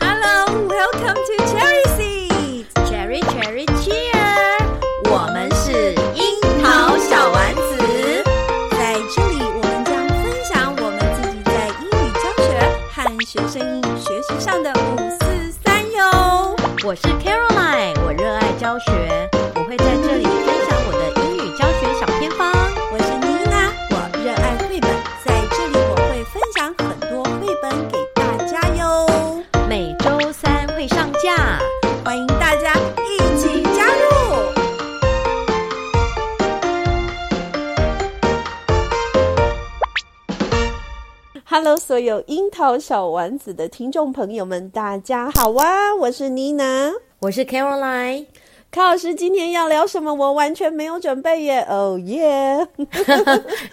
Hello, welcome to Cherry Seeds. Cherry, Cherry, Cheer. 我们是樱桃小丸子，在这里我们将分享我们自己在英语教学和学生英语学习上的五四三哟。我是 Caroline，我热爱教学，我会在这里分享我的英语教学小偏方。我是妮娜，我热爱绘本，在这里我会分享很多绘本给大家哟。每周三会上架。欢迎大家一起加入。Hello，所有樱桃小丸子的听众朋友们，大家好啊！我是妮娜。我是 Caroline，柯老师今天要聊什么？我完全没有准备耶！哦耶！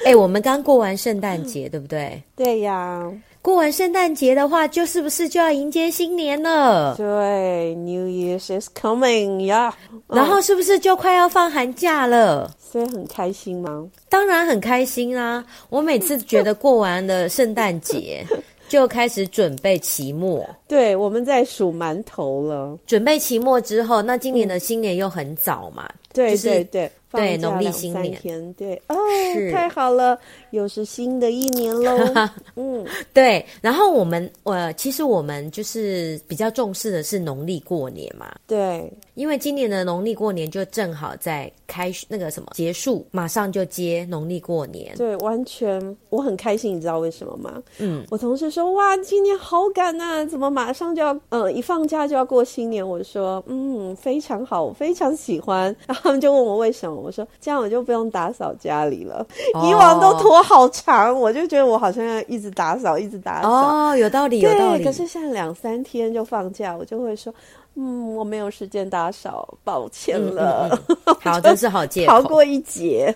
哎、我们刚过完圣诞节，对不对？ 对呀，过完圣诞节的话，就是不是就要迎接新年了？嗯对，New Year's is coming 呀、然后是不是就快要放寒假了？所以很开心吗？当然很开心啦、我每次觉得过完了圣诞节，就开始准备期末。对，我们在数馒头了。准备期末之后，那今年的新年又很早嘛，对就是对对，放对假农历两新三年天，对哦，是太好了，又是新的一年 喽。嗯，对，然后我们呃，其实我们就是比较重视的是农历过年嘛，对，因为今年的农历过年就正好在开那个什么结束，马上就接农历过年。对，完全，我很开心，你知道为什么吗？嗯，我同事说，哇，今年好赶呐、怎么马上就要，呃，一放假就要过新年？我说，嗯，非常好，我非常喜欢。然后他们就问我为什么，我说这样我就不用打扫家里了，哦以往都拖好长，我就觉得我好像要一直打扫，一直打扫。哦，有道理，有道啊对，理。可是现在两三天就放假，我就会说，嗯，我没有时间打扫，抱歉嗯嗯了， 嗯好，真是好借逃口，过一劫，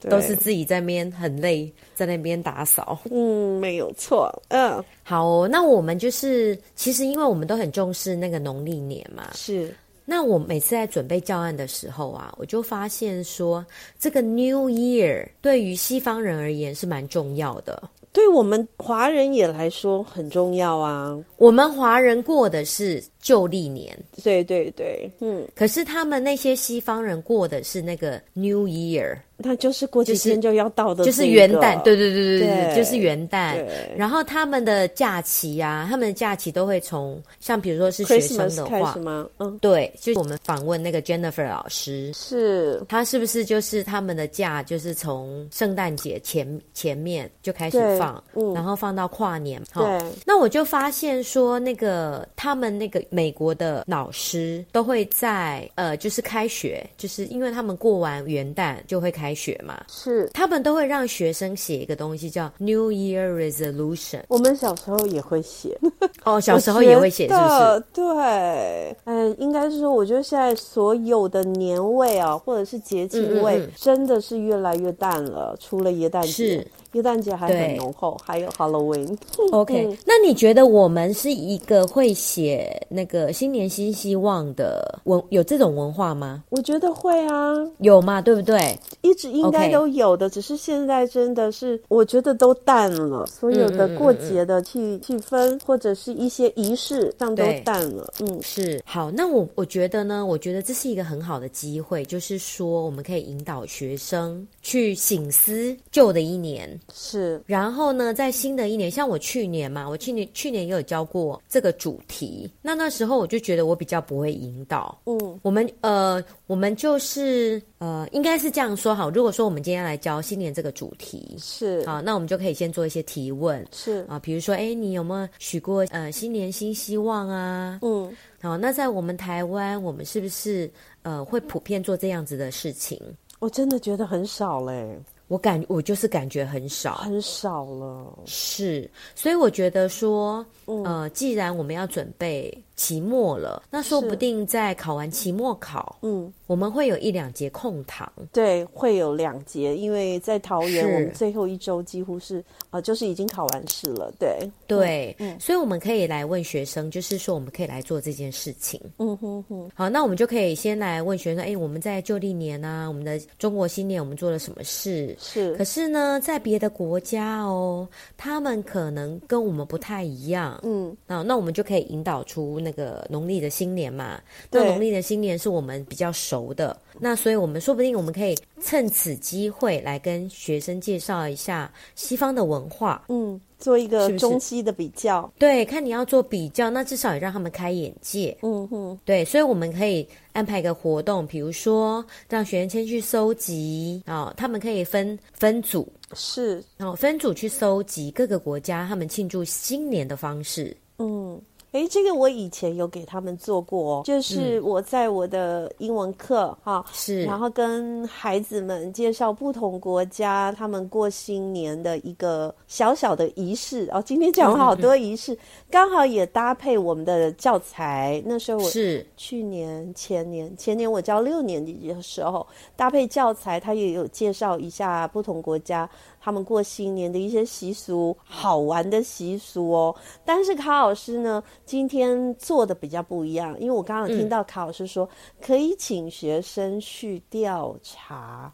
对都是自己在那边很累，在那边打扫。嗯，没有错，嗯，好哦、那我们就是其实因为我们都很重视那个农历年嘛，是那我每次在准备教案的时候啊，我就发现说，这个 New Year 对于西方人而言是蛮重要的。对我们华人也来说很重要啊，我们华人过的是旧历年，对对对，嗯，可是他们那些西方人过的是那个 New Year，那就是过几就是天就要到的、就是元旦。对对对对对对，就是元旦。对然后他们的假期啊，他们的假期都会从像比如说是学生，Christmas 的开话始，吗？嗯，对，就是我们访问那个 Jennifer 老师，是。他是不是就是他们的假就是从圣诞节前前面就开始对放，嗯然后放到跨年？哈对那我就发现说，那个他们那个美国的老师都会在呃，就是开学，就是因为他们过完元旦就会开学嘛，是他们都会让学生写一个东西叫 New Year Resolution。我们小时候也会写，哦，小时候也会写，是不是？是？对，嗯，应该是说，我觉得现在所有的年味啊，或者是节庆味，嗯嗯嗯真的是越来越淡了。除了耶诞节是，耶诞节还很对浓厚，还有 Halloween。 OK，、嗯那你觉得我们是一个会写那个新年新希望的文有这种文化吗？我觉得会啊，有嘛，对不对？一直应该 OK 都有的只是现在真的是，我觉得都淡了，所有的嗯嗯嗯过节的气、气氛或者是一些仪式上都对淡了。嗯，是好，那我我觉得呢，我觉得这是一个很好的机会，就是说我们可以引导学生去醒思旧的一年，是然后呢，在新的一年，像我去年嘛，我去年去年也有教过这个主题。那那时候我就觉得我比较不会引导，嗯我们呃，我们就是呃，应该是这样说好。如果说我们今天来教新年这个主题，是好，那我们就可以先做一些提问是啊，比如说，哎，你有没有许过呃新年新希望啊？嗯好，那在我们台湾，我们是不是呃会普遍做这样子的事情？我真的觉得很少嘞，我感我就是感觉很少，很少了。是，所以我觉得说，嗯呃，既然我们要准备期末了，那说不是定在考完期末考，嗯，我们会有一两节空堂。对，会有两节，因为在桃园，是我们最后一周几乎是啊、就是已经考完试了。对，对，嗯所以我们可以来问学生，就是说我们可以来做这件事情。嗯哼哼，好，那我们就可以先来问学生，哎，我们在旧历年啊，我们的中国新年，我们做了什么事？是可是呢，在别的国家哦，他们可能跟我们不太一样，嗯，那那我们就可以引导出那个农历的新年嘛。对那农历的新年是我们比较熟的，那所以我们说不定我们可以趁此机会来跟学生介绍一下西方的文化。嗯，做一是个不是中西的比较。对，看你要做比较，那至少也让他们开眼界。嗯哼，对，所以我们可以安排一个活动，比如说让学生先去搜集啊、他们可以分分组，是，然后分组去搜集各个国家他们庆祝新年的方式。嗯。诶，这个我以前有给他们做过哦，嗯就是我在我的英文课哈、是，然后跟孩子们介绍不同国家他们过新年的一个小小的仪式哦。今天讲了好多仪式，刚好也搭配我们的教材。那时候我是去年、前年、前年我教六年级的时候，搭配教材，他也有介绍一下不同国家他们过新年的一些习俗，好玩的习俗哦。但是卡老师呢，今天做的比较不一样，因为我刚刚嗯有听到卡老师说，可以请学生去调查。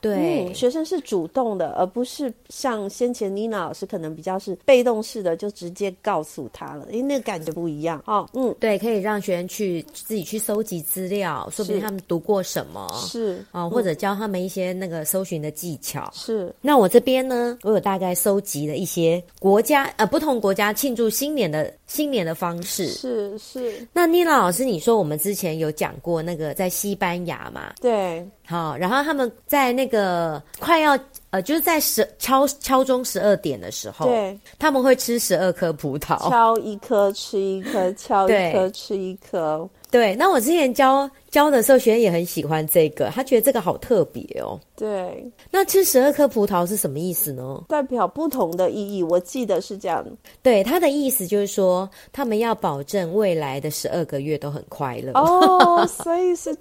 对、嗯，学生是主动的，而不是像先前妮娜老师可能比较是被动式的，就直接告诉他了，因为那个感觉不一样哦。嗯，对，可以让学生去自己去搜集资料，说不定是他们读过什么是嗯啊、或者教他们一些那个搜寻的技巧。是，那我这边呢，我有大概收集了一些国家呃不同国家庆祝新年的新年的方式。是是，那妮娜老师，你说我们之前有讲过那个在西班牙嘛？对，好，然后他们在那个快要呃，就是在十敲敲钟十二点的时候，对，他们会吃十二颗葡萄。敲一颗吃一颗，敲一对颗吃一颗。对，那我之前教教的时候，学员也很喜欢这个，他觉得这个好特别哦。对，那吃十二颗葡萄是什么意思呢？代表不同的意义，我记得是这样。对，他的意思就是说，他们要保证未来的十二个月都很快乐。哦，所以是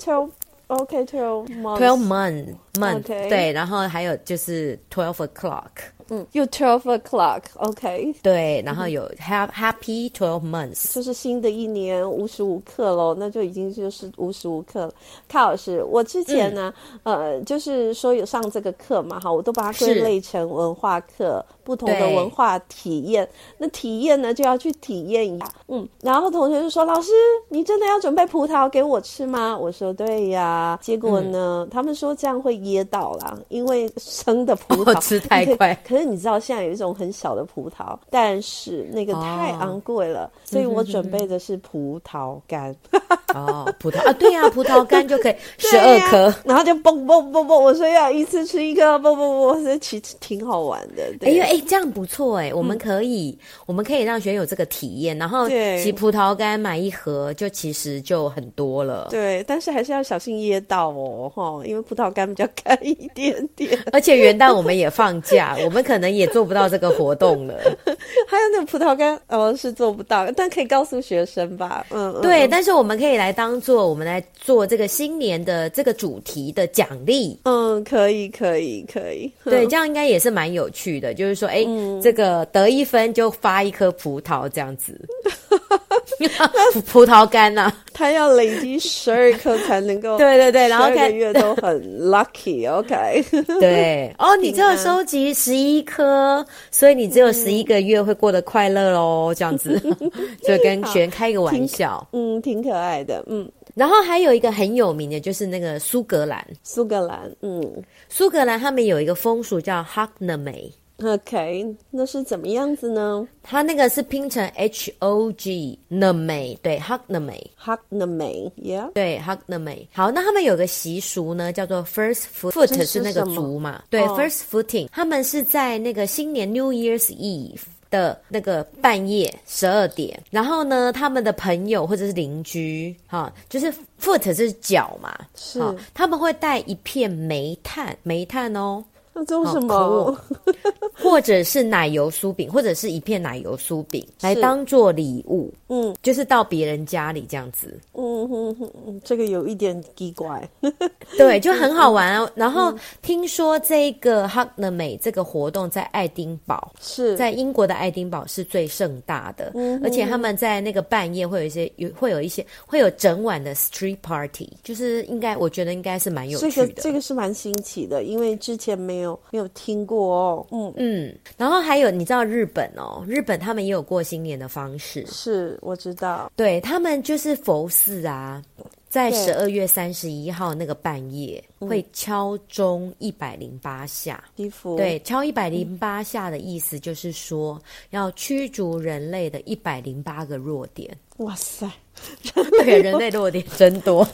twelve，OK，twelve Twelve months， month month，、 OK 对，然后还有就是 twelve o'clock，嗯，又 twelve o'clock，OK，对，然后有 ha- happy twelve months，就是新的一年无时无刻喽，那就已经就是无时无刻了。卡老师，我之嗯前呢，呃，就是说有上这个课嘛，哈，我都把它归是类成文化课，不同的对文化体验。那体验呢，就要去体验一下，嗯。然后同学就说：“老师，你真的要准备葡萄给我吃吗？”我说：“对呀。”结果嗯呢，他们说这样会噎到啦，因为生的葡萄、哦吃太你可以快可是你知道现在有一种很小的葡萄，但是那个太哦昂贵了，所以我准备的是葡萄干，哦，葡萄啊，对呀、葡萄干就可以 十对二呀颗。然后就嘣嘣嘣嘣，我说要一次吃一个，嘣嘣嘣，这其实挺好玩的。哎对嗯呦，哎，这样不错哎，我们可以，我们可以让学员有这个体验，然后对其实葡萄干买一盒就其实就很多了，对，但是还是要小心噎到哦，哈，因为葡萄干比较干一点 点。而且元旦我们也放假，我们可能也做不到这个活动了。还有那个葡萄干，呃，是做不到，但可以告诉学生吧，嗯，嗯对，，但是我们可以来当做我们来做这个新年的这个主题的奖励。嗯，可以，可以，可以，对，嗯这样应该也是蛮有趣的，就是说，哎、这个得一分就发一颗葡萄这样子， 葡葡萄干呐、他要累积十二颗才能够，对对对，然后12看哦个月都 很 lucky，OK，、对， 哦，你只平安有收集十一颗，所以你嗯只有十一个月会过得快乐喽，这样 子，就跟学员开一个玩笑。嗯，挺可爱的，嗯，然后还有一个很有名的，就是那个苏格兰，苏格兰，嗯，苏格兰他们有一个风俗叫 h o g n a m e OK，那是怎么样子呢它那个是拼成 H O G 那美，对 h o g 那美， ？Hug the May，Yeah，对 h o g 那美。好，那他们有个习俗呢，叫做 first foot foot 是是那个足嘛，对、哦 first footing，他们是在那个新年 New Year's Eve。的那个半夜十二点，然后呢，他们的朋友或者是邻居，哈、就是 foot 是脚嘛，是好他们会带一片煤炭，煤炭哦，那这是什口么？或者是奶油酥饼，或者是一片奶油酥饼来当做礼物，嗯就是到别人家里这样 子，嗯哼哼嗯，这个有一点奇怪。 对，就很好玩嗯哦。然后听说这个 Hug the 美这个活动在爱丁堡，是嗯在英国的爱丁堡是最盛大的，而且他们在那个半夜会有一些有会有一些会有整晚的 street party，就是应该我觉得应该是蛮有这趣个的。这个是蛮新奇的，因为之前没有没有听过哦。嗯，嗯，然后还有你知道日本哦，日本他们也有过新年的方式，是我知道。对他们就是佛寺啊，在对嗯十二月三十一号那个半夜会敲钟一百零八下。衣服对，敲一百零八下的意思就是嗯说，要驱逐人类的一百零八个弱点。 哇塞，对，人类弱点真多。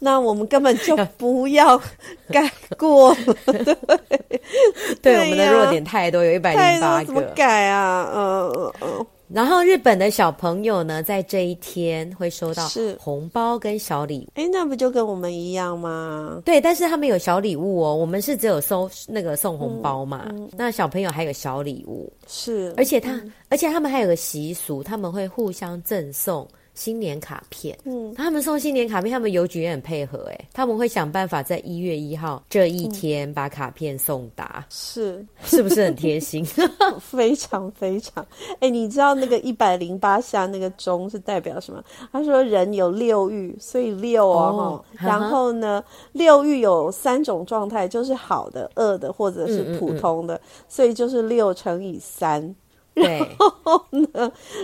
那我们根本就不要 改过， 对，对我们的呀弱点太多，有一百太零八多怎么个。改啊？嗯嗯然后日本的小朋友呢，在这一天会收到是红包跟小礼物。哎，诶那不就跟我们一样吗？对，但是他们有小礼物哦，我们是只有收那个送红包嘛，那小朋友还有小礼物，嗯是，而且他，而且他们还有个习俗，他们会互相赠送新年卡片。嗯，他们送新年卡片，他们邮局也很配合，哎，他们会想办法在一月一号这一天把卡片送达，是 是不是很贴心？非常非常。哎，你知道那个一百零八下那个钟是代表什么？他说人有六欲，所以六哦哦，哈哈哈然后呢，六欲有三种状态，就是好的、恶的或者嗯嗯是普嗯通的，所以就是六乘以三。对，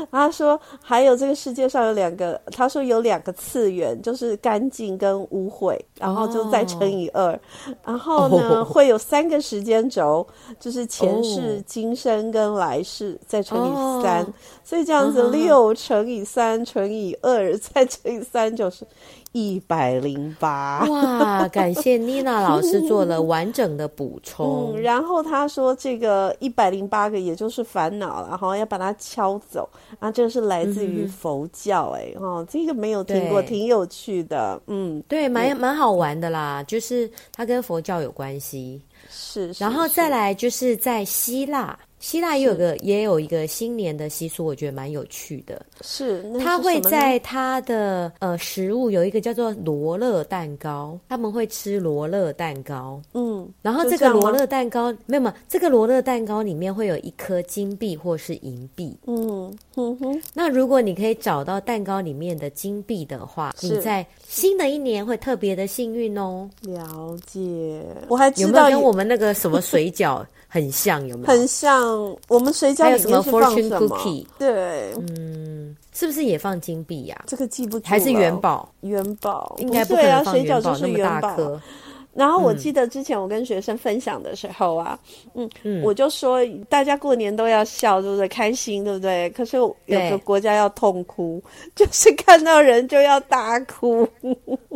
他说，还有这个世界上有两个，他说有两个次元，就是干净跟污秽，然后就再乘以二，然后呢、哦会有三个时间轴，就是前世、哦今生跟来世，再乘哦以三、所以这样啊子哈六乘以三乘以二再乘以三就是一百零八。哇，感谢妮娜老师做了完整的补充。 嗯，然后他说这个一百零八个，也就是烦恼了哈，要把它敲走啊，这是来自于佛教哎、哦，这个没有听过，嗯对挺有趣的，嗯，对，蛮蛮好玩的啦，就是它跟佛教有关系。是，是然后再是来就是在希腊，希腊也有个也有一个新年的习俗，我觉得蛮有趣的。是，那嗯它是会什么呢在它的呃食物有一个叫做罗勒蛋糕，他们会吃罗勒蛋糕。嗯，然后就这这个样吗罗勒蛋糕没有没有，这个罗勒蛋糕里面会有一颗金币或是银币。嗯哼哼，那如果你可以找到蛋糕里面的金币的话，是你在新的一年会特别的幸运哦。了解，我还有知没有道跟我们那个什么 水饺很像？有没有？很像我们水还饺有里什么面是放 fortune 什 cookie 对，是不是也放金币呀、这个记不住还了是元。宝？元宝应该不可对啊，能放水元饺宝就是那么大元宝。啊颗。然后我记得之前我跟学生分享的时候啊，嗯，我就说大家过年都要笑，对不对？开心，对不对？可是有对个国家要痛哭， 就是看到人就要大哭。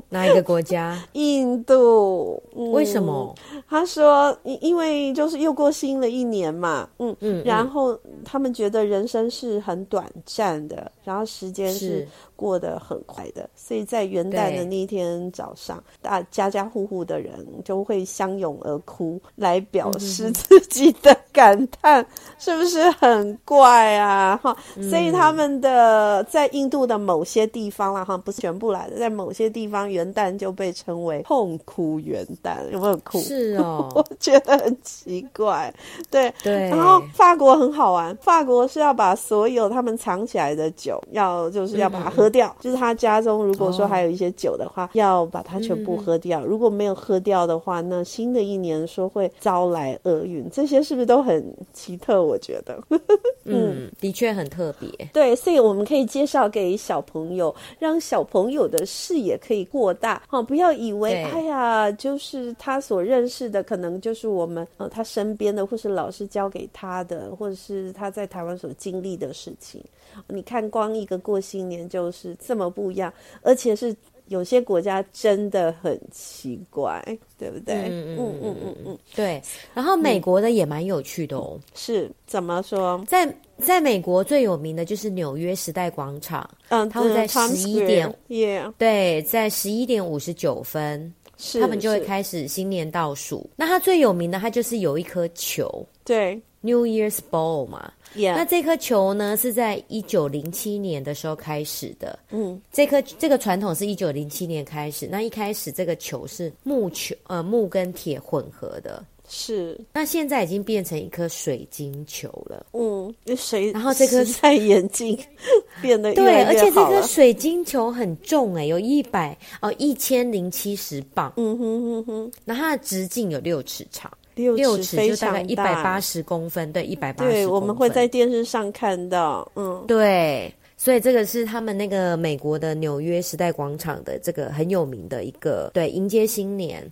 哪一个国家？印度、 嗯为什？么？他说，因因为就是又过新的一年嘛，嗯嗯嗯然后他们觉得人生是很短暂的，然后时间是是过得很快的，所以在元旦的那一天早上，大家家户户的人就会相拥而哭，来表示自己的感叹，是不是很怪啊？哈，嗯所以他们的在印度的某些地方啦，哈，不是全部来的，在某些地方元旦就被称为痛哭元旦，有没有很酷？是 我哦，觉得很奇怪，对。对。然后法国很好玩，法国是要把所有他们藏起来的酒，要就是要把它嗯喝掉。就是他家中如果说还有一些酒的话，要把它全部喝嗯掉。如果没有喝掉的话，那新的一年说会招来厄运。这些是不是都很奇特？我觉得。嗯，的确很特别。对，所以我们可以介绍给小朋友，让小朋友的视野可以扩大哈、不要以为对哎呀，就是他所认识的，可能就是我们呃他身边的，或是老师教给他的，或者是他在台湾所经历的事情。你看，光一个过新年就是这么不一样，而且是有些国家真的很奇怪，对不对？嗯嗯嗯嗯嗯嗯嗯，对，然后美国的也蛮有趣的哦，是怎么说？在在美国最有名的就是纽约时代广场，嗯，他会在 Times 11点 Square，yeah，对，在十一点五十九分，是他们就会是开始新年倒数。那它最有名的，它就是有一颗球对。 ，New Year's Ball 嘛。 Yeah, 那这颗球呢，是在一九零七年的时候开始的。嗯，这颗这个传统是一九零七年开始。那一开始这个球是木球，呃，木跟铁混合的。是，那现在已经变成一颗水晶球了。嗯，谁？然后这颗戴眼镜 变得越对，来而越且这好颗了。水晶球很重哎、有一百哦一千零七十磅，嗯哼哼哼，然后它的直径有六尺长，六六尺尺非就大概常一百八。十公分，对，一百八十。对，我们会在电视上看到。嗯，对，所以这个是他们那个美国的纽约时代广场的这个很有名的一个对迎接新年。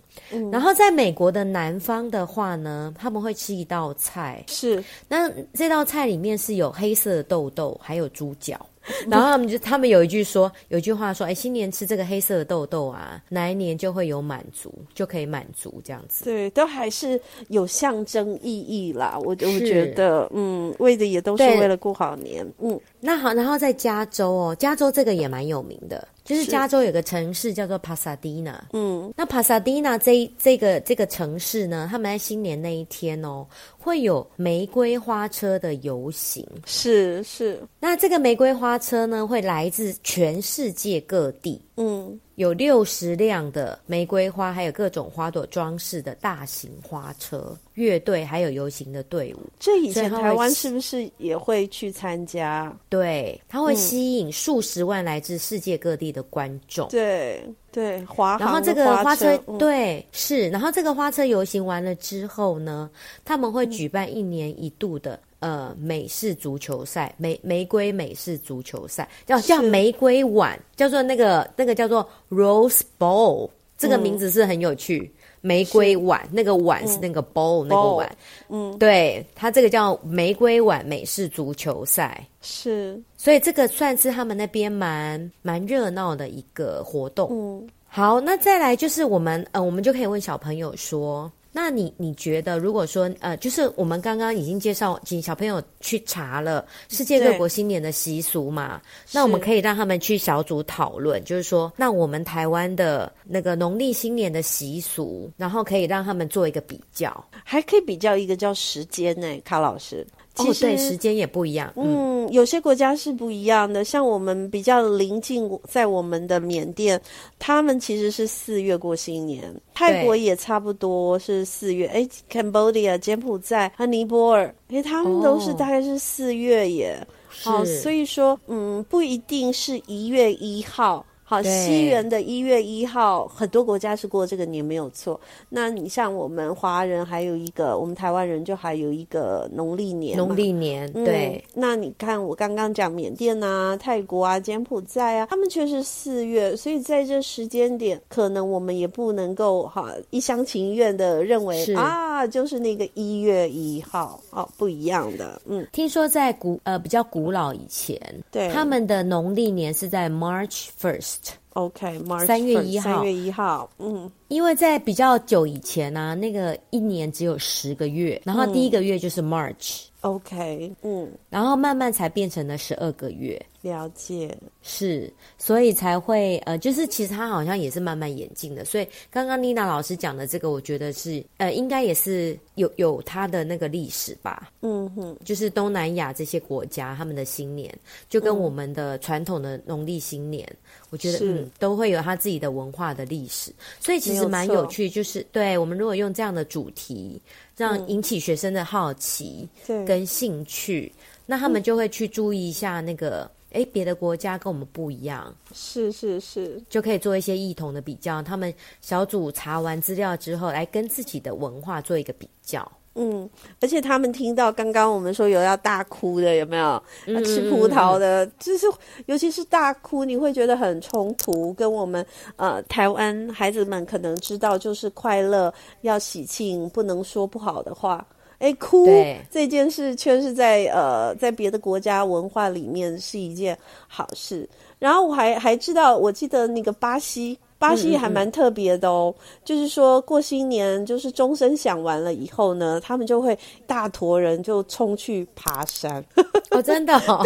然后在美国的南方的话呢，他们会吃一道菜，是那这道菜里面是有黑色的豆豆，还有猪脚。然后他们就他们有一句说，有一句话说，哎，新年吃这个黑色的豆豆啊，哪一年就会有满足，就可以满足这样子。对，都还是有象征意义啦。我我是觉得，嗯，为的也都是对为了过好年。嗯，那好，然后在加州哦，加州这个也蛮有名的，就是是加州有个城市叫做帕萨迪纳。嗯，那帕萨迪纳这一这个这个城市呢，他们在新年那一天哦，会有玫瑰花车的游行。是是，那这个玫瑰花车呢，会来自全世界各地，嗯，有六十辆的玫瑰花，还有各种花朵装饰的大型花车、乐队，还有游行的队伍。这以所以前它台会湾是是不是也会去参加？对，它嗯会吸引数十万来自世界各地的观众。对对，华然后航这的个花车车，嗯对是，然后这个花车游行完了之后呢，他们嗯会举办一年一度的呃美式足球赛，玫玫瑰美式足球赛，叫叫是玫瑰碗，叫做那个那个叫做 Rose Bowl，这个嗯名字是很有趣。玫瑰碗，那个碗是那个 bowl，、那个 bowl，碗，嗯，对，它这个叫玫瑰碗美式足球赛，是，所以这个算是他们那边蛮蛮热闹的一个活动。嗯。好，那再来就是我们呃，我们就可以问小朋友说，那你你觉得如果说呃，就是我们刚刚已经介绍，请小朋友去查了世界各对国新年的习俗嘛，那我们可以让他们去小组讨论，就是说，那我们台湾的那个农历新年的习俗，然后可以让他们做一个比较。还可以比较一个叫时间呢、卡老师。其哦，实、对，时间也不一样，嗯嗯，有些国家是不一样的，像我们比较临近在我们的缅甸，他们其实是四月过新年，泰国也差不多是四月，哎，Cambodia、柬埔寨和尼泊尔，哎，他们都是哦大概是四月耶。哦，是所以说，嗯，不一定是一月一号。好，对西元的一月一号，很多国家是过这个年没有错。那你像我们华人，还有一个我们台湾人，就还有一个农历年嘛。农历年，嗯对，，那你看我刚刚讲缅甸啊、泰国啊、柬埔寨啊，他们却是四月，所以在这时间点，可能我们也不能够哈一厢情愿的认为是啊，就是那个一月一号哦，不一样的，嗯，听说在古呃比较古老以前，对，他们的农历年是在 March first。 OK，March 3月1号三月一号，嗯，因为在比较久以前啊，那个一年只有十个月，然后第一个月就是 March，、 OK，嗯，然后慢慢才变成了十二个月，了解，是，所以才会呃，就是其实它好像也是慢慢演进的。所以刚刚妮娜老师讲的这个，我觉得是呃，应该也是有有它的那个历史吧，嗯哼，就是东南亚这些国家他们的新年，就跟我们的传统的农历新年，我觉得嗯是嗯都会有他自己的文化的历史，所以其没实有蛮错有趣。就是对我们如果用这样的主题，嗯让引起学生的好奇对，嗯跟兴趣，那他们就会去注意一下那个。哎，别的国家跟我们不一样，是是是，就可以做一些异同的比较。他们小组查完资料之后，来跟自己的文化做一个比较。嗯，而且他们听到刚刚我们说有要大哭的，有没有？啊吃葡萄的，就是尤其是大哭，你会觉得很冲突，跟我们呃台湾孩子们可能知道就是快乐要喜庆，不能说不好的话。哎，哭对这件事却是在呃，在别的国家文化里面是一件好事。然后我还还知道，我记得那个巴西，巴西还蛮特别的哦，就是说过新年，就是钟声响完了以后呢，他们就会大坨人就冲去爬山。 哦，真的、哦，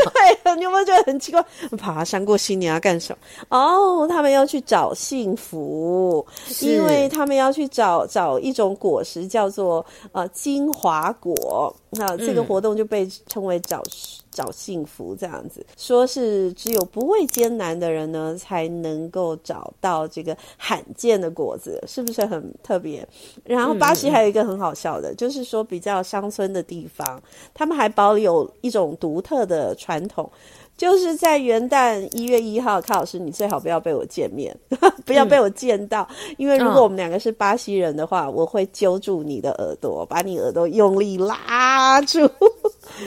对， 你有没有觉得很奇怪？爬山过新年要干什么？哦，他们要去找幸福，因为他们要去找找一种果实，叫做呃金华果。那、这个活动就被称为找、找幸福这样子，说是只有不畏艰难的人呢，才能够找到这个罕见的果子，是不是很特别？然后巴西还有一个很好笑的，就是说比较乡村的地方，他们还保有一种独特的传统，就是在元旦一月一号，卡老师，你最好不要被我见面， 不要被我见到，因为如果我们两个是巴西人的话，我会揪住你的耳朵，把你耳朵用力拉住，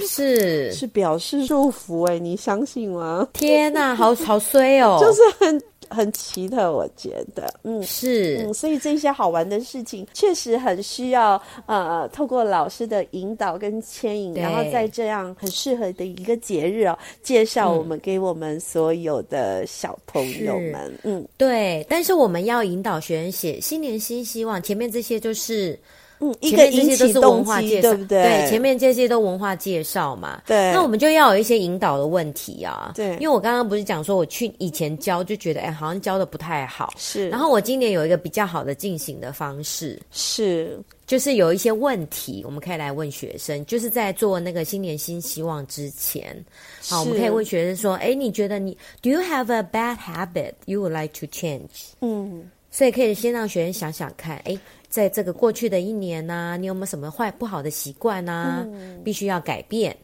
是 是表示祝福、哎，你相信吗？天 呐，好好衰哦，就是很很奇特，我觉得，嗯。是嗯，所以这些好玩的事情确实很需要呃，透过老师的引导跟牵引，对然后在这样很适合的一个节日哦，介绍我们给我们所有的小朋友们，嗯，对，但是我们要引导学员写新年新希望，前面这些就是。嗯，一前个面这引些都起是动文化介机，绍，不对？对前面这些都文化介绍嘛。对那我们就要有一些引导的问题啊。对因为我刚刚不是讲说我去以前教就觉得，哎，好像教的不太好。是，然后我今年有一个比较好的进行的方式，是就是有一些问题我们可以来问学生，就是在做那个新年新希望之前，好，我们是可以问学生说，哎，你觉得你 Do you have a bad habit you would like to change？嗯，所以可以先让学生想想看，哎，在这个过去的一年呢、你有没有什么坏不好的习惯呢、必须要改变。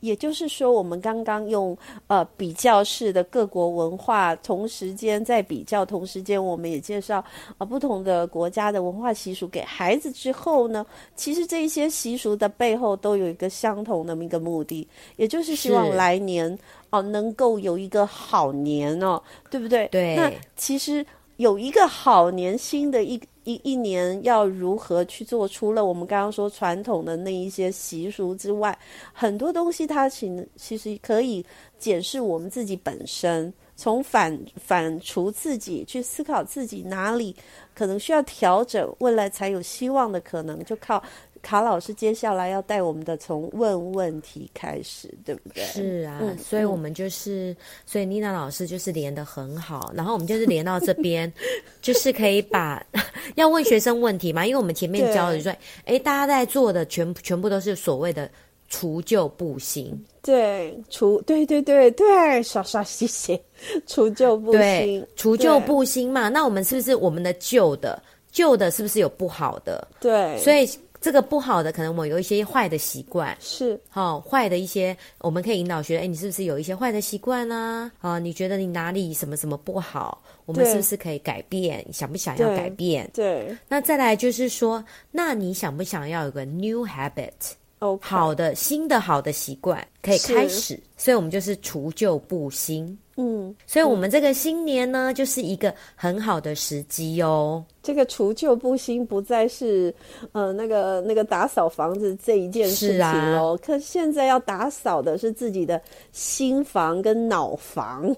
也就是说，我们刚刚用呃比较式的各国文化，同时间在比较，同时间我们也介绍呃不同的国家的文化习俗给孩子之后呢，其实这一些习俗的背后都有一个相同的一个目的，也就是希望是来年哦、能够有一个好年哦，对不对？对那其实有一个好年，新的一一一年要如何去做？除了我们刚刚说传统的那一些习俗之外，很多东西它其其实可以检视我们自己本身，从反反刍自己，去思考自己哪里可能需要调整，未来才有希望的可能。就靠卡老师接下来要带我们的从问问题开始，对不对？是啊，嗯所以我们就是，所以妮娜老师就是连的很好，然后我们就是连到这边，就是可以把 要问学生问题嘛，因为我们前面对教的就是，哎，大家在做的全全部都是所谓的除旧布新，对，除对对对对，刷刷洗洗，除旧布对新，，除旧对布新嘛，那我们是不是我们的旧的旧的是不是有不好的？对，所以以这个不好的，可能我们有一些坏的习惯，是好、坏的一些，我们可以引导学生，哎，你是不是有一些坏的习惯呢、啊？你觉得你哪里什么什么不好？我们对是不是可以改变？想不想要对改变？对那再来就是说，那你想不想要有个 new habit？ ，OK，好的，新的好的习惯可以是开始，所以我们就是除旧布新。嗯，所以，我们这个新年呢，就是一个很好的时 机哦。这个除旧布新不再是呃那个那个打扫房子这一件事是啊情喽，可现在要打扫的是自己的心房跟脑房。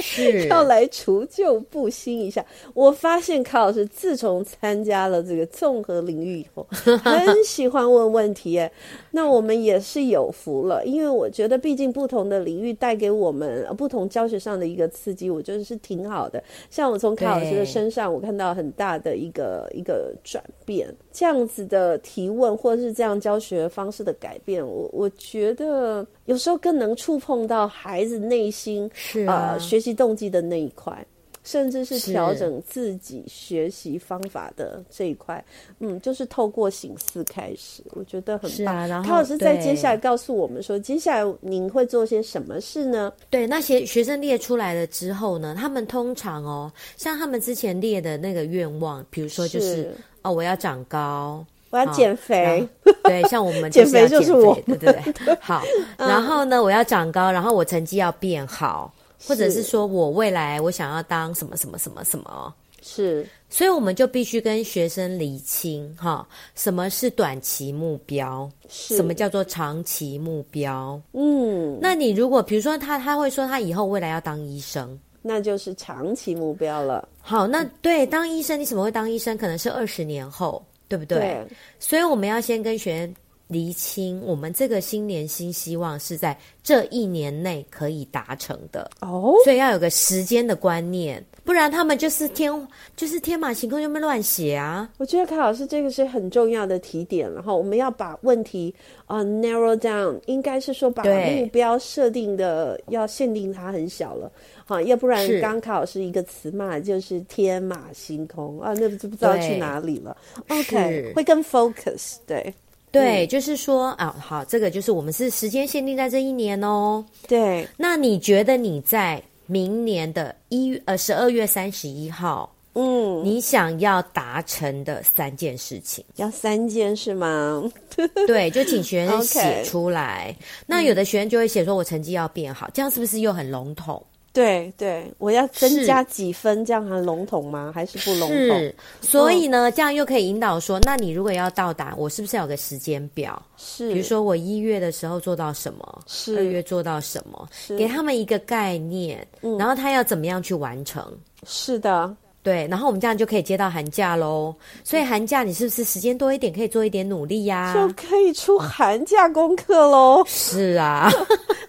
是要来除旧布新一下。我发现卡老师自从参加了这个综合领域以 后，很喜欢问问题耶。那我们也是有福了，因为我觉得毕竟不同的领域带给我们呃不同教学上的一个刺激，我觉得是挺好的。像我从卡老师的对身上，我看到很大的一个一个转变。这样子的提问，或者是这样教学方式的改变，我我觉得有时候更能触碰到孩子内心是啊呃学习动机的那一块。甚至是是调整自己学习方法的这一块，嗯，就是透过醒思开始，我觉得很是棒。啊然后唐老师在对接下来告诉我们说，接下来您会做些什么事呢？对，那些学生列出来了之后呢，他们通常哦，像他们之前列的那个愿望，比如说就是是哦，我要长高，我要好减 肥，。然后对，像我们减是要肥就是我嗯减肥对对对。 好，然后呢，我要长高，然后我成绩要变好，或者是是说我未来我想要当什么什么什么什么哦。是所以我们就必须跟学生厘清哈，什么是短期目标，是什么叫做长期目标？嗯，那你如果比如说他他会说他以后未来要当医生，那就是长期目标了。好，那对当医生你怎么会当医生？可能是二十年后，对不对？对，所以我们要先跟学员厘清，我们这个新年新希望是在这一年内可以达成的，哦，所以要有个时间的观念，不然他们就是天就是天马行空，就会乱写啊。我觉得卡老师这个是很重要的提点，然后我们要把问题呃 narrow down，应该是说把对目标设定的要限定它很小了，好，要不然是刚卡老师一个词嘛，就是天马行空啊，那不知不知道对去哪里了。是 OK，会更 focus，对对，就是说啊，好，这个就是我们是时间限定在这一年哦。对，那你觉得你在明年的一呃十二月三十一号，嗯，你想要达成的三件事情？要三件是吗？ 对，就请学生 OK 嗯写出来。那有的学生就会写说，我成绩要变好，这样是不是又很笼统？对对，我要增是加几分，这样还笼统吗？还是不笼统嗯是？，所以呢，这样又可以引导说，那你如果要到达，我是不是要有个时间表？是，比如说我一月的时候做到什么，是二月做到什么，是嗯给他们一个概念，然后他要怎么样去完成。是的，对，然后我们这样就可以接到寒假喽。所以寒假你是不是时间多一点，可以做一点努力呀、就可以出寒假功课 喽。是啊，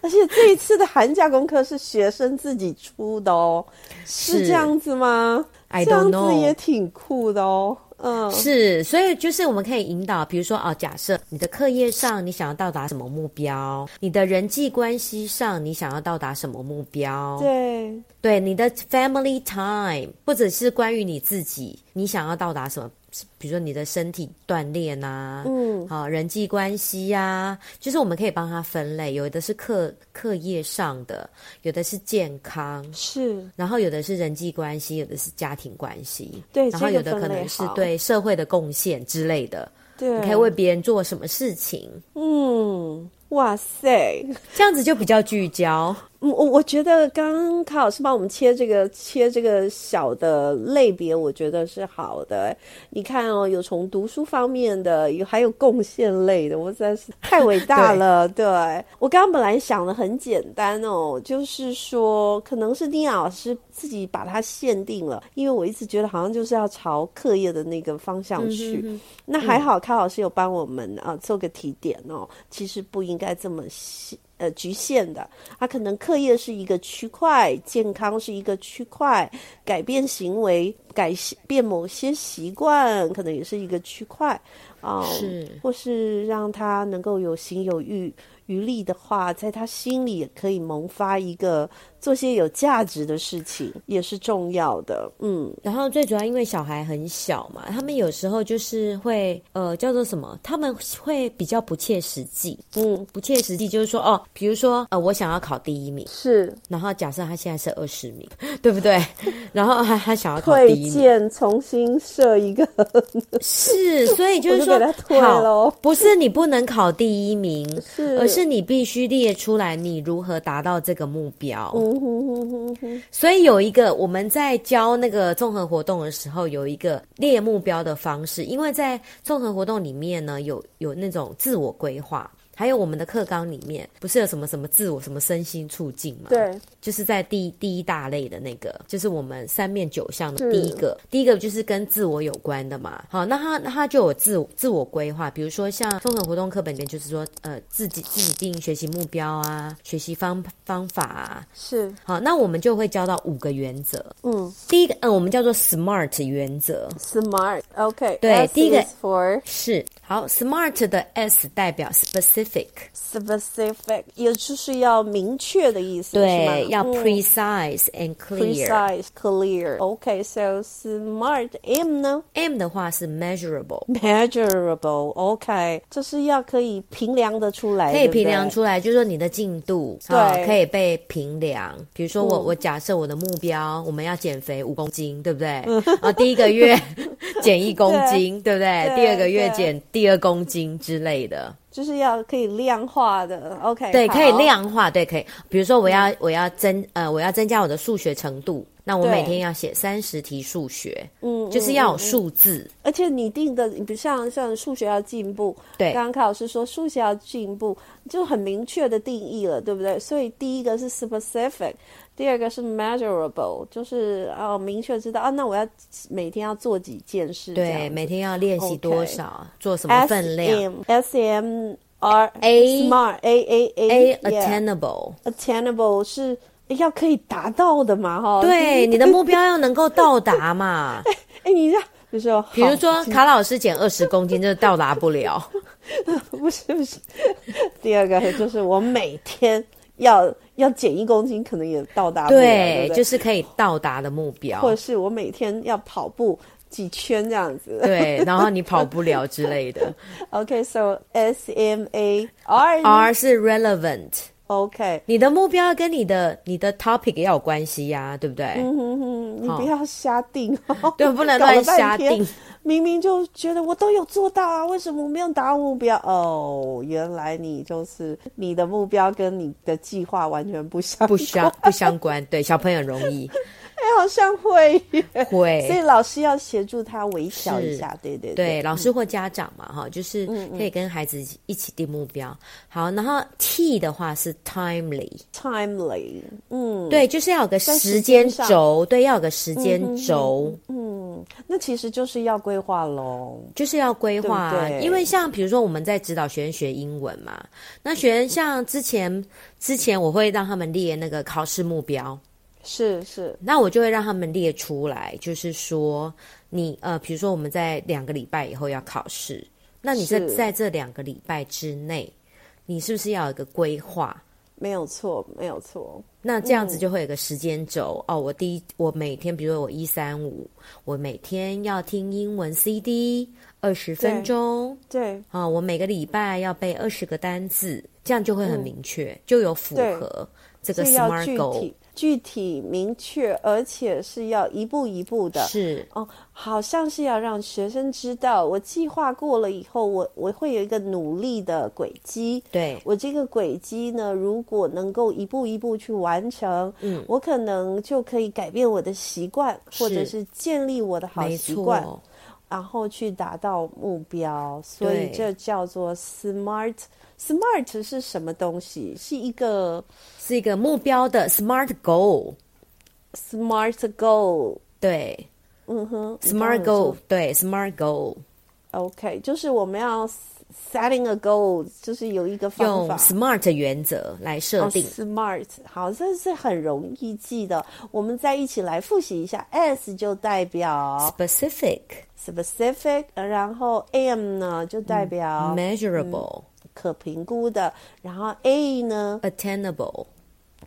而且这一次的寒假功课是学生自己出的哦，是是这样子吗 I 这样 don't 子 know 也挺酷的哦。嗯，是，所以就是我们可以引导，比如说哦，假设你的课业上你想要到达什么目标，你的人际关系上你想要到达什么目标，对，对你的 family time，或者是关于你自己，你想要到达什么？比如说你的身体锻炼啊，嗯，好、人际关系呀、就是我们可以帮他分类，有的是课课业上的，有的是健康，是然后有的是人际关系，有的是家庭关系，对然后这个有的可分类能是好对社会的贡献之类的，对，你可以为别人做什么事情，嗯，哇塞，这样子就比较聚焦。嗯，我我觉得刚刚卡老师帮我们切这个切这个小的类别，我觉得是好的。你看哦，有从读书方面的，有还有贡献类的，我实在是太伟大了。对我刚刚本来想的很简单哦，就是说可能是丁雅老师自己把它限定了，因为我一直觉得好像就是要朝课业的那个方向去。那还好，卡老师有帮我们啊、呃做个提点哦。其实不应该这么细呃局限的，它可能课业是一个区块，健康是一个区块，改变行为、改变某些习惯，可能也是一个区块啊。是或是让他能够有行有余余力的话，在他心里也可以萌发一个做些有价值的事情，也是重要的。嗯，然后最主要因为小孩很小嘛，他们有时候就是会呃叫做什么，他们会比较不切实际。嗯，不切实际就是说哦，比如说呃我想要考第一名，是然后假设他现在是二十名， 对不对？然后他他想要考第 退一名，件重新设一个。是，所以就是我就说给他退好咯不是你不能考第一名，是而 是你必须列出来你如何达到这个目标。嗯哼哼哼哼，所以有一个我们在教那个综合活动的时候，有一个列目标的方式，因为在综合活动里面呢，有有那种自我规划，还有我们的课纲里面不是有什么什么自我什么身心促进嘛？，对，就是在第第一大类的那个，就是我们三面九项是的第一个，第一个就是跟自我有关的嘛。好，那他那他就有自我自我规划，比如说像综合活动课本里面就是说，呃，自己自己定学习目标啊，学习方方法啊。是，好，那我们就会教到五个原则。嗯第一个，嗯、我们叫做 SMART 原则， ，smart，OK，、对 S 第一个 is for 是好 SMART 的 S 代表 specific， specific， specific，也就是要明确的意思，是吗对，要嗯 precise and clear。 precise clear。OK，so smart M 呢 M 的话是 measurable， ？Measurable。OK，这是要可以评量的出来，可以对不对评量出来，就是说你的进度，对嗯啊可以被评量。比如说我，我假设我的目标，我们要减肥五公斤，对不对？啊，第一个月 减一公斤，对不对？嗯对第二个月对减第二公斤之类的，就是要可以量化的。OK，对，好嗯可以。量化，对，可以。比如说，我要我要增呃，我要增加我的数学程度，那我对每天要写三十题数学，嗯，就是嗯要嗯有数字。而且你定的，你不像像数学要进步，对刚刚凯老师说数学要进步，就很明确的定义了，对不对？所以第一个是 specific，第二个是 measurable，就是哦，明确知道啊，那我要每天要做几件事，这样对，子每天要练习 OK 多少做什么分量 S M R A- smart A A ，A A yeah attainable。 attainable 是要可以达到的嘛，哈，对，你的目标要能够到达 嘛。哎，你这样，比如说，比如说，卡老师减二十公斤，这到达不了。 不是不是，第二个就是我每天要要减一公斤，可能也到达不了，对对，不对，就是可以到达的目或者标。是我每天要跑步几圈这样子。对，然后你跑不了之类 的。 OK，so、S M A R R 是 relevant， OK，你的目标要跟你的你的 topic 要有关系呀、对不对？嗯哼，你好不要瞎定哦， 对不能搞了乱半瞎天定。明明就觉得我都有做到啊，为什么我没有达到目标？哦，原来你就是你的目标跟你的计划完全不相不关相不相关。对，小朋友容 易哎，好像会耶。所以会。老师要协助他微调一是下，对对对，老师或家长嘛，哈，就是可以跟孩子一起定目标。好，然后 T 的话是 timely， timely，嗯，对，就是要有个在时时间间上嗯轴，对，要有个时间轴，那其实就是要规划喽。就是要规划啊。对不对因为像比如说我们在指导学生学英文嘛，那学生像之前之前我会让他们列那个考试目标，是是，那我就会让他们列出来，就是说你呃，比如说我们在两个礼拜以后要考试，那你在是在这两个礼拜之内，你是不是要有一个规划？没有错，没有错。那嗯这样子就会有个时间轴、哦。我第一，我每天，比如说我一三五，我每天要听英文 CD 二十分钟对，啊、我每个礼拜要背二十个单字，这样就会很明确，就有符嗯对合这个是要 SMART 具 goal 体、具体、明确，而且是要一步一步的。是哦，好像是要让学生知道，我计划过了以后，我我会有一个努力的轨迹。对我这个轨迹呢，如果能够一步一步去完成，嗯，我可能就可以改变我的习惯，或者是建立我的好没习惯，错，然后去达到目标。所以对这叫做 smart。smart 是什么东西？是一个是一个目标的 SMART goal， smart goal。对嗯哼你刚刚有，SMART 说 goal，对 SMART goal， OK，就是我们要 setting a goal，就是有一个方用法。 SMART 原则来设哦定。 smart，好，这是很容易记的。我们再一起来复习一下，S 就代表 specific, specific，然后 M 呢就代嗯表 measurable, 可评估的，然后 A 呢 attainable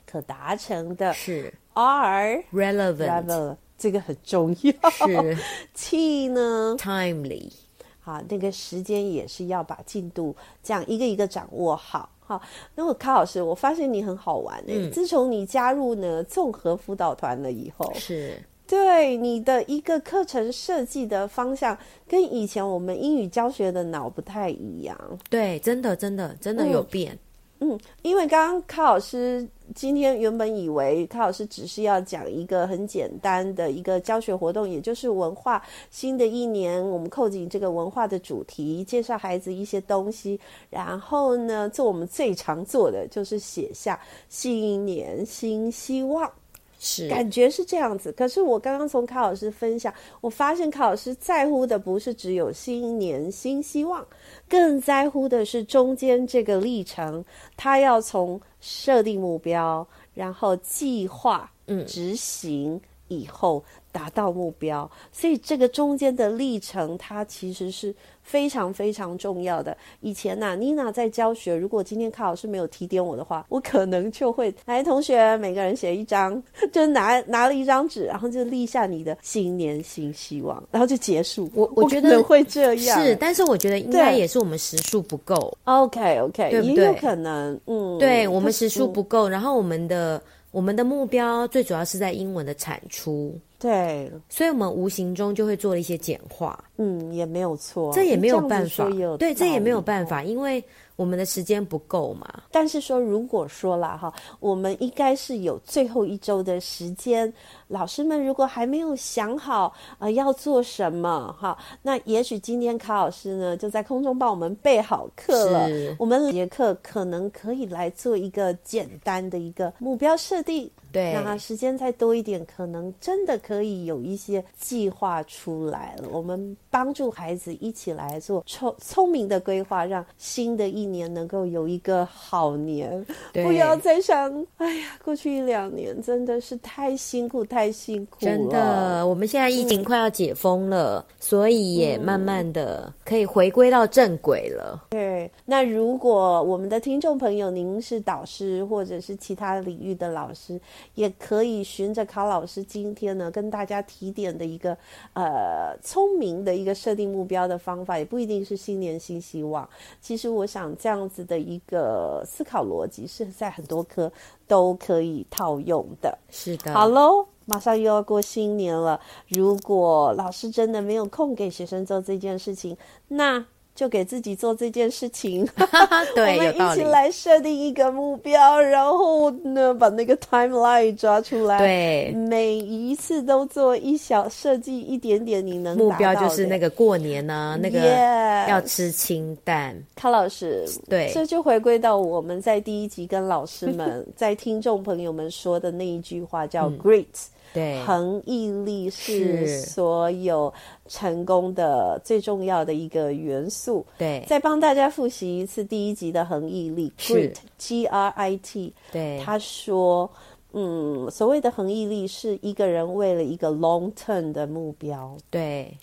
可达成的是，R relevant level 这个很重要。是 T 呢， timely 好，那个时间也是要把进度这样一个一个掌握好。好，那我康老师，我发现你很好玩诶、自从你加入呢综合辅导团了以后，是对你的一个课程设计的方向，跟以前我们英语教学的脑不太一样。对，真的真的真的有变，嗯，因为刚刚康老师今天原本以为康老师只是要讲一个很简单的一个教学活动，也就是文化。新的一年，我们扣紧这个文化的主题，介绍孩子一些东西，然后呢，做我们最常做的就是写下新年新希望。是感觉是这样子。可是我刚刚从卡老师分享，我发现卡老师在乎的不是只有新年新希望，更在乎的是中间这个历程，他要从设定目标，然后计划、嗯、执行、以后达到目标，所以这个中间的历程，它其实是非常非常重要的。以前呐、妮娜在教学，如果今天卡老师没有提点我的话，我可能就会来，同学每个人写一张， 就拿拿了一张纸，然后就立下你的新年新希望，然后就结束。我我觉得可能会这样，是，但是我觉得应该对也是我们时数不够， OK OK，对不也有对可能，嗯，对我们是时数不够，然后我们的我们的目标最主要是在英文的产出，对，所以我们无形中就会做了一些简化，嗯，也没有错，这也没有你办样子法说也有，对，这也没有道理哦办法，因为我们的时间不够嘛。但是说，如果说啦哈，我们应该是有最后一周的时间，老师们如果还没有想好呃要做什么哈，那也许今天卡老师呢就在空中帮我们备好课了是。我们节课可能可以来做一个简单的一个目标设定，对那它时间再多一点，可能真的可以有一些计划出来了。我们帮助孩子一起来做聪聪明的规划，让新的一年能够有一个好年。对不要再想，哎呀，过去一两年真的是太辛苦，太辛苦了。真的，我们现在疫情快要解封了，所以嗯也慢慢的可以回归到正轨了。对，那如果我们的听众朋友您是导师或者是其他领域的老师，也可以循着卡老师今天呢跟大家提点的一个呃聪明的一个设定目标的方法，也不一定是新年新希望。其实我想这样子的一个思考逻辑是在很多科都可以套用的。是的，好喽，马上又要过新年了。如果老师真的没有空给学生做这件事情，那就给自己做这件事情。 对， 我有们道一理起。来设定一个目标，然后呢，把那个 timeline 抓出来。。对，每一次都做一小设计一点点，你能目达标嗯到就是的那个过年呢、那个 Yes 要吃清淡。康老师，对这就回归到我们在第一集跟老师 们、在听众朋友们说的那一句话，叫嗯 “great”、对，恒毅力是是所有成功的最重要的一个元素。对，再帮大家复习一次第一集的恒毅力是，grit G R I T，对，他说，嗯，所谓的恒毅力是一个人为了一个 long term 的目标，对，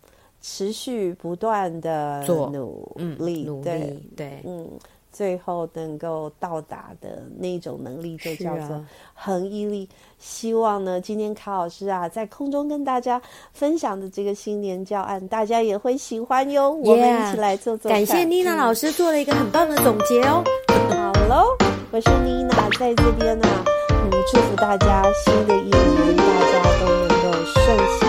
持续不断的做努嗯，力，努对，力，对，嗯，最后能够到达的那种能力就是叫做啊恒毅力。希望呢，今天卡老师啊，在空中跟大家分享的这个新年教案，大家也会喜欢哟。我们 Yeah，一起来做做嗯看。感谢妮娜老师做了一个很棒的总结哦。好喽，我是妮娜，在这边呢、嗯，祝福大家新的一年大家都能够顺心